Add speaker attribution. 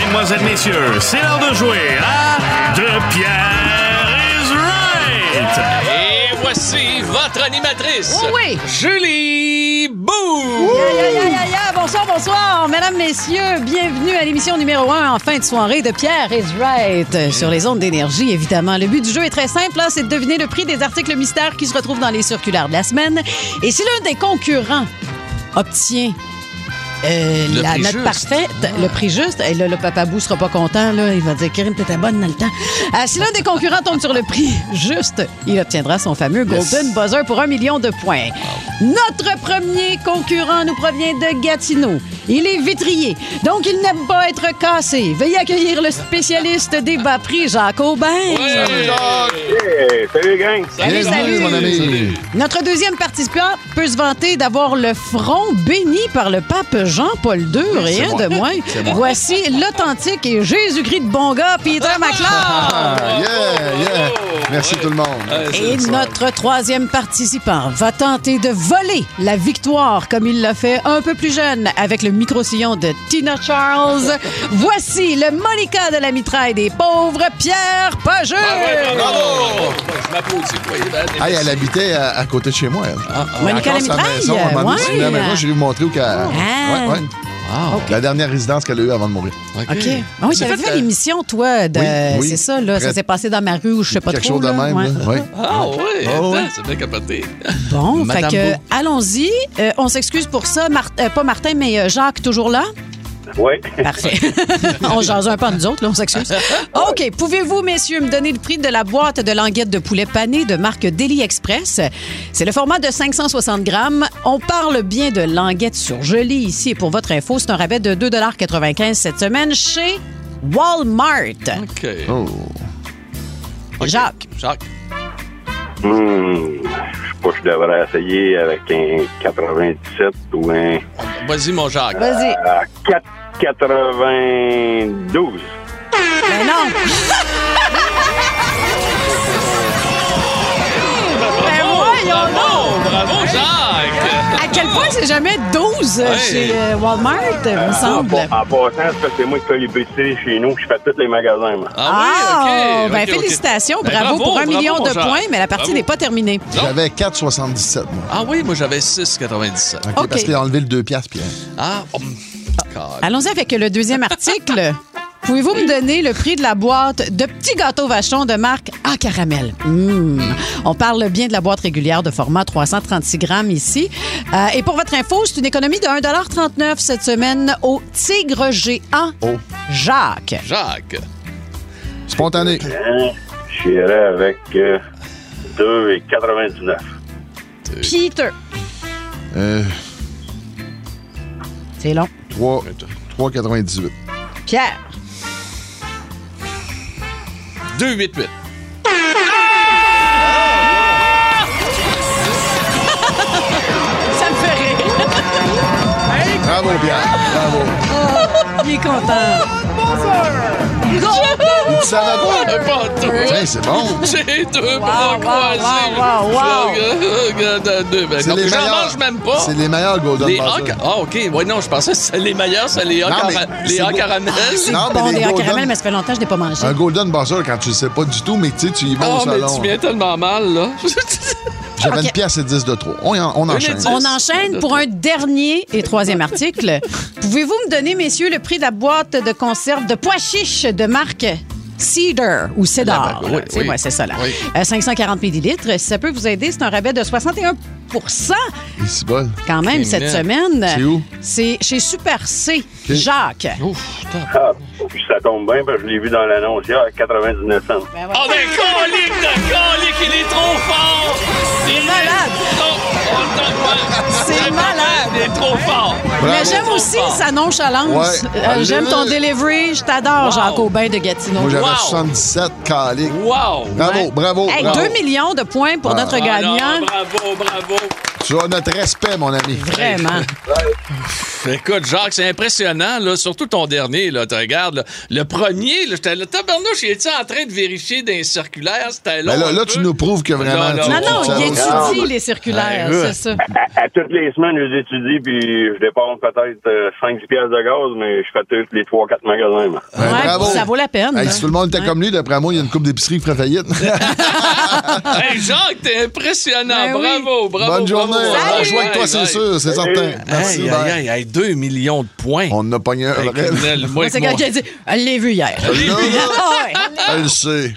Speaker 1: mesdemoiselles, messieurs, c'est l'heure de jouer à De Pierre is Right!
Speaker 2: Et voici votre animatrice,
Speaker 3: Oh oui!
Speaker 2: Julie Bou.
Speaker 3: Ya, ya, ya, ya. Bonsoir, bonsoir, mesdames, messieurs. Bienvenue à l'émission numéro 1 en fin de soirée de Pierre is Right euh, sur les ondes d'énergie, évidemment. Le but du jeu est très simple, hein, c'est de deviner le prix des articles mystères qui se retrouvent dans les circulaires de la semaine. Et si l'un des concurrents obtient euh,
Speaker 2: Le
Speaker 3: la
Speaker 2: prix
Speaker 3: note
Speaker 2: juste.
Speaker 3: parfaite, le prix juste, et là, le papa Bou sera pas content, là, il va dire Karim, t'étais bonne dans le temps. Euh, si l'un des concurrents tombe sur le prix juste, il obtiendra son fameux Golden Buzzer pour un million de points. Notre premier concurrent nous provient de Gatineau. Il est vitrier, donc il n'aime pas être cassé. Veuillez accueillir le spécialiste des bas prix, Jacques Aubin.
Speaker 2: Ouais.
Speaker 4: Hey, salut, gang!
Speaker 2: Salut,
Speaker 3: Bienvenue,
Speaker 2: salut.
Speaker 3: mon ami.
Speaker 2: Salut.
Speaker 3: Notre deuxième participant peut se vanter d'avoir le front béni par le pape Jean-Paul II, rien de moins. Voici l'authentique et Jésus-Christ de bon gars, Peter McLeod.
Speaker 5: Ah, yeah, yeah. Merci
Speaker 2: Oh, Ouais.
Speaker 5: tout le monde.
Speaker 2: Ouais, c'est
Speaker 3: Et
Speaker 2: le soir.
Speaker 3: notre troisième participant va tenter de voler la victoire comme il l'a fait un peu plus jeune avec le micro-sillon de Tina Charles. Voici le Monica de la mitraille des pauvres, Pierre Pageux.
Speaker 2: Bah Ouais, bravo. Je m'applaudis. voyez, ben, des
Speaker 5: Hey,
Speaker 2: merci.
Speaker 5: elle habitait à, à côté de chez moi. Elle.
Speaker 3: Monica
Speaker 5: Encore sa
Speaker 3: Lamitraille,
Speaker 5: maison, elle m'a
Speaker 3: ouais.
Speaker 5: mis la maison, je vais vous montrer où qu'elle...
Speaker 3: Ah.
Speaker 5: Ouais, ouais. La dernière résidence qu'elle a eue avant de mourir.
Speaker 3: OK. Ah oui,
Speaker 5: C'est
Speaker 3: t'avais
Speaker 5: fait,
Speaker 3: fait
Speaker 2: hein?
Speaker 5: euh,
Speaker 3: l'émission, toi, de...
Speaker 5: oui, oui.
Speaker 3: c'est ça, là, ça
Speaker 5: Prête.
Speaker 3: s'est passé dans ma rue ou je sais pas
Speaker 5: Quelque
Speaker 3: trop.
Speaker 5: chose de
Speaker 3: là,
Speaker 5: même.
Speaker 3: ouais.
Speaker 5: là. Ouais.
Speaker 2: Ah ouais,
Speaker 5: Ah ouais.
Speaker 2: attends, c'est bien capoté.
Speaker 3: Bon,
Speaker 6: Madame
Speaker 3: fait
Speaker 6: Beau.
Speaker 3: que, allons-y. Euh, on s'excuse pour ça. Mar- euh, pas Martin, mais euh, Jacques, toujours là?
Speaker 4: Ouais.
Speaker 3: Parfait. on jase un peu entre nous autres, là, on s'excuse. OK. Pouvez-vous, messieurs, me donner le prix de la boîte de languettes de poulet pané de marque Deli Express? C'est le format de 560 grammes. On parle bien de languettes surgelées ici. Et pour votre info, c'est un rabais de 2,95 cette semaine chez Walmart.
Speaker 2: OK.
Speaker 5: Oh.
Speaker 3: Jacques.
Speaker 2: Jacques.
Speaker 4: Hmm, je sais pas, je devrais essayer avec un 97 ou un
Speaker 2: Vas-y, mon Jacques.
Speaker 3: Vas-y.
Speaker 4: à 4,92.
Speaker 3: Mais non! Ben voyons donc!
Speaker 2: Bravo, bravo, Jacques.
Speaker 3: À quel point c'est jamais 12
Speaker 2: Ouais.
Speaker 3: chez euh, Walmart, il
Speaker 2: Ah,
Speaker 3: me
Speaker 4: En,
Speaker 3: semble?
Speaker 4: pa- en passant, c'est parce que c'est moi qui fais les bêtises chez nous, je fais tous les magasins. moi.
Speaker 2: Ah oui, OK.
Speaker 3: ben
Speaker 2: OK, OK.
Speaker 3: félicitations,
Speaker 2: Ben,
Speaker 3: bravo, pour un
Speaker 2: bravo,
Speaker 3: million de
Speaker 2: Jacques.
Speaker 3: points, mais la partie
Speaker 2: Bravo.
Speaker 3: n'est pas terminée.
Speaker 5: J'avais 4,77, moi.
Speaker 2: Ah oui, moi j'avais 6,97.
Speaker 5: OK,
Speaker 3: OK.
Speaker 5: Parce qu'il a enlevé le 2 piastres, Pierre.
Speaker 2: Ah, hum. Calme.
Speaker 3: Allons-y avec le deuxième article. Pouvez-vous me donner le prix de la boîte de petits gâteaux vachons de marque à caramel? Hmm. On parle bien de la boîte régulière de format 336 grammes ici. Euh, et pour votre info, c'est une économie de 1,39 cette semaine au Tigre Géant
Speaker 5: Oh.
Speaker 3: Jacques.
Speaker 2: Jacques.
Speaker 5: Spontané.
Speaker 4: J'irai avec euh, 2,99.
Speaker 3: Peter.
Speaker 5: Euh,
Speaker 3: C'est long.
Speaker 5: 3, 3,98.
Speaker 3: Pierre.
Speaker 2: 288.
Speaker 3: Ça me fait rire.
Speaker 5: Bravo, Pierre. Bravo.
Speaker 3: Il est content.
Speaker 5: Tu savais pas?
Speaker 2: Un pantou.
Speaker 5: Tiens, c'est bon.
Speaker 2: J'ai deux bras
Speaker 3: wow,
Speaker 2: croisés.
Speaker 3: wow, wow, wow.
Speaker 2: Je regarde à deux. Ben,
Speaker 5: C'est
Speaker 2: donc,
Speaker 5: les
Speaker 2: J'en
Speaker 5: meilleurs.
Speaker 2: mange même pas.
Speaker 5: C'est les meilleurs Golden
Speaker 2: Les
Speaker 5: Buzzer.
Speaker 2: Hawks. Ah, OK. Ouais, non, je pensais que c'était les meilleurs, c'est les Hawks
Speaker 5: Non, mais
Speaker 2: cara- les
Speaker 5: c'est
Speaker 2: Hawks
Speaker 5: beau.
Speaker 2: caramel.
Speaker 5: Non, mais
Speaker 3: bon,
Speaker 5: les
Speaker 3: les hauts
Speaker 5: Golden-
Speaker 3: caramel, mais ça fait longtemps que je n'ai pas mangé.
Speaker 5: Un Golden Buzzer quand tu le sais pas du tout, mais tu sais, tu y vas
Speaker 2: Oh,
Speaker 5: au
Speaker 2: mais
Speaker 5: salon.
Speaker 2: tu viens tellement mal, là.
Speaker 5: J'avais
Speaker 3: Ok.
Speaker 5: une pièce et 10 de trop. On, y en- on
Speaker 2: et
Speaker 5: enchaîne.
Speaker 2: dix.
Speaker 3: On enchaîne pour un dernier et troisième article. Pouvez-vous me donner, messieurs, le prix de la boîte de conserve de pois chiches de marque Cedar ou Cedar?
Speaker 2: La- oui,
Speaker 3: C'est
Speaker 2: oui.
Speaker 3: ouais, c'est ça, là.
Speaker 2: Oui.
Speaker 3: Euh, 540 millilitres. Si ça peut vous aider, c'est un rabais de 61
Speaker 5: Ici, bol.
Speaker 3: quand même
Speaker 2: Criminel.
Speaker 3: cette semaine.
Speaker 5: C'est où?
Speaker 3: C'est chez Super C, Jacques.
Speaker 2: Ouf, putain.
Speaker 4: Ah, puis ça tombe bien, parce que je l'ai vu dans l'annonce hier, 99 cents.
Speaker 3: Ben, voilà.
Speaker 2: Oh, mais colique de colique, il est trop fort! Il est
Speaker 3: malade.
Speaker 2: trop- on t'en-
Speaker 3: C'est malade.
Speaker 2: Il est trop fort!
Speaker 3: Mais
Speaker 5: Bravo.
Speaker 3: j'aime aussi
Speaker 2: Bravo. Ah.
Speaker 3: sa nonchalance.
Speaker 5: Ouais.
Speaker 3: Euh,
Speaker 5: Allez.
Speaker 3: j'aime ton delivery. Je t'adore,
Speaker 2: Wow.
Speaker 3: Jacques Aubin de Gatineau.
Speaker 5: Moi, j'avais
Speaker 2: Wow.
Speaker 5: 77 caliques.
Speaker 2: Wow!
Speaker 5: Bravo,
Speaker 3: Ouais.
Speaker 5: bravo,
Speaker 3: Hey,
Speaker 5: bravo.
Speaker 3: 2 millions de points pour notre
Speaker 2: Ah non,
Speaker 3: gagnant.
Speaker 2: bravo, bravo!
Speaker 5: Tu as notre respect, mon ami.
Speaker 3: Vraiment.
Speaker 2: Écoute, Jacques, c'est impressionnant, là, surtout ton dernier. Là, tu regardes, là, le premier, là, j'étais là, tabarnouche, il était en train de vérifier des circulaires, c'était long
Speaker 5: Ben là,
Speaker 2: un
Speaker 5: là,
Speaker 2: peu.
Speaker 5: tu nous prouves que vraiment.
Speaker 2: Non,
Speaker 5: tu-
Speaker 3: Non,
Speaker 5: tu-
Speaker 3: Ah non,
Speaker 5: tu-
Speaker 3: il
Speaker 5: tu-
Speaker 3: étudie les circulaires,
Speaker 2: Ah,
Speaker 3: c'est ça.
Speaker 4: À, à toutes les semaines, je les étudie, puis je dépense peut-être 5-10 piastres de gaz, mais je fais tous les 3-4 magasins. moi.
Speaker 5: Ben,
Speaker 3: Ouais,
Speaker 5: bravo.
Speaker 3: puis ça vaut la peine.
Speaker 5: Hey,
Speaker 3: hein.
Speaker 5: si tout le monde était comme lui, d'après moi, il y a une coupe d'épicerie qui ferait faillite.
Speaker 2: Hey, Jacques, t'es impressionnant.
Speaker 3: Ben oui.
Speaker 2: bravo, bravo.
Speaker 5: Bonne journée.
Speaker 2: bravo.
Speaker 5: On va jouer avec toi,
Speaker 2: Hey,
Speaker 5: c'est
Speaker 2: hey.
Speaker 5: sûr, c'est certain. Merci,
Speaker 2: Aïe,
Speaker 5: Ben.
Speaker 2: aïe, aïe, aïe, 2 millions de points.
Speaker 5: On n'a pas gagné un
Speaker 2: Hey,
Speaker 5: vrai.
Speaker 2: criminel, moi
Speaker 3: Moi, c'est
Speaker 2: avec moi.
Speaker 3: quelqu'un qui a dit, elle l'a vu hier.
Speaker 5: Là,
Speaker 3: Ah ouais.
Speaker 5: Elle sait.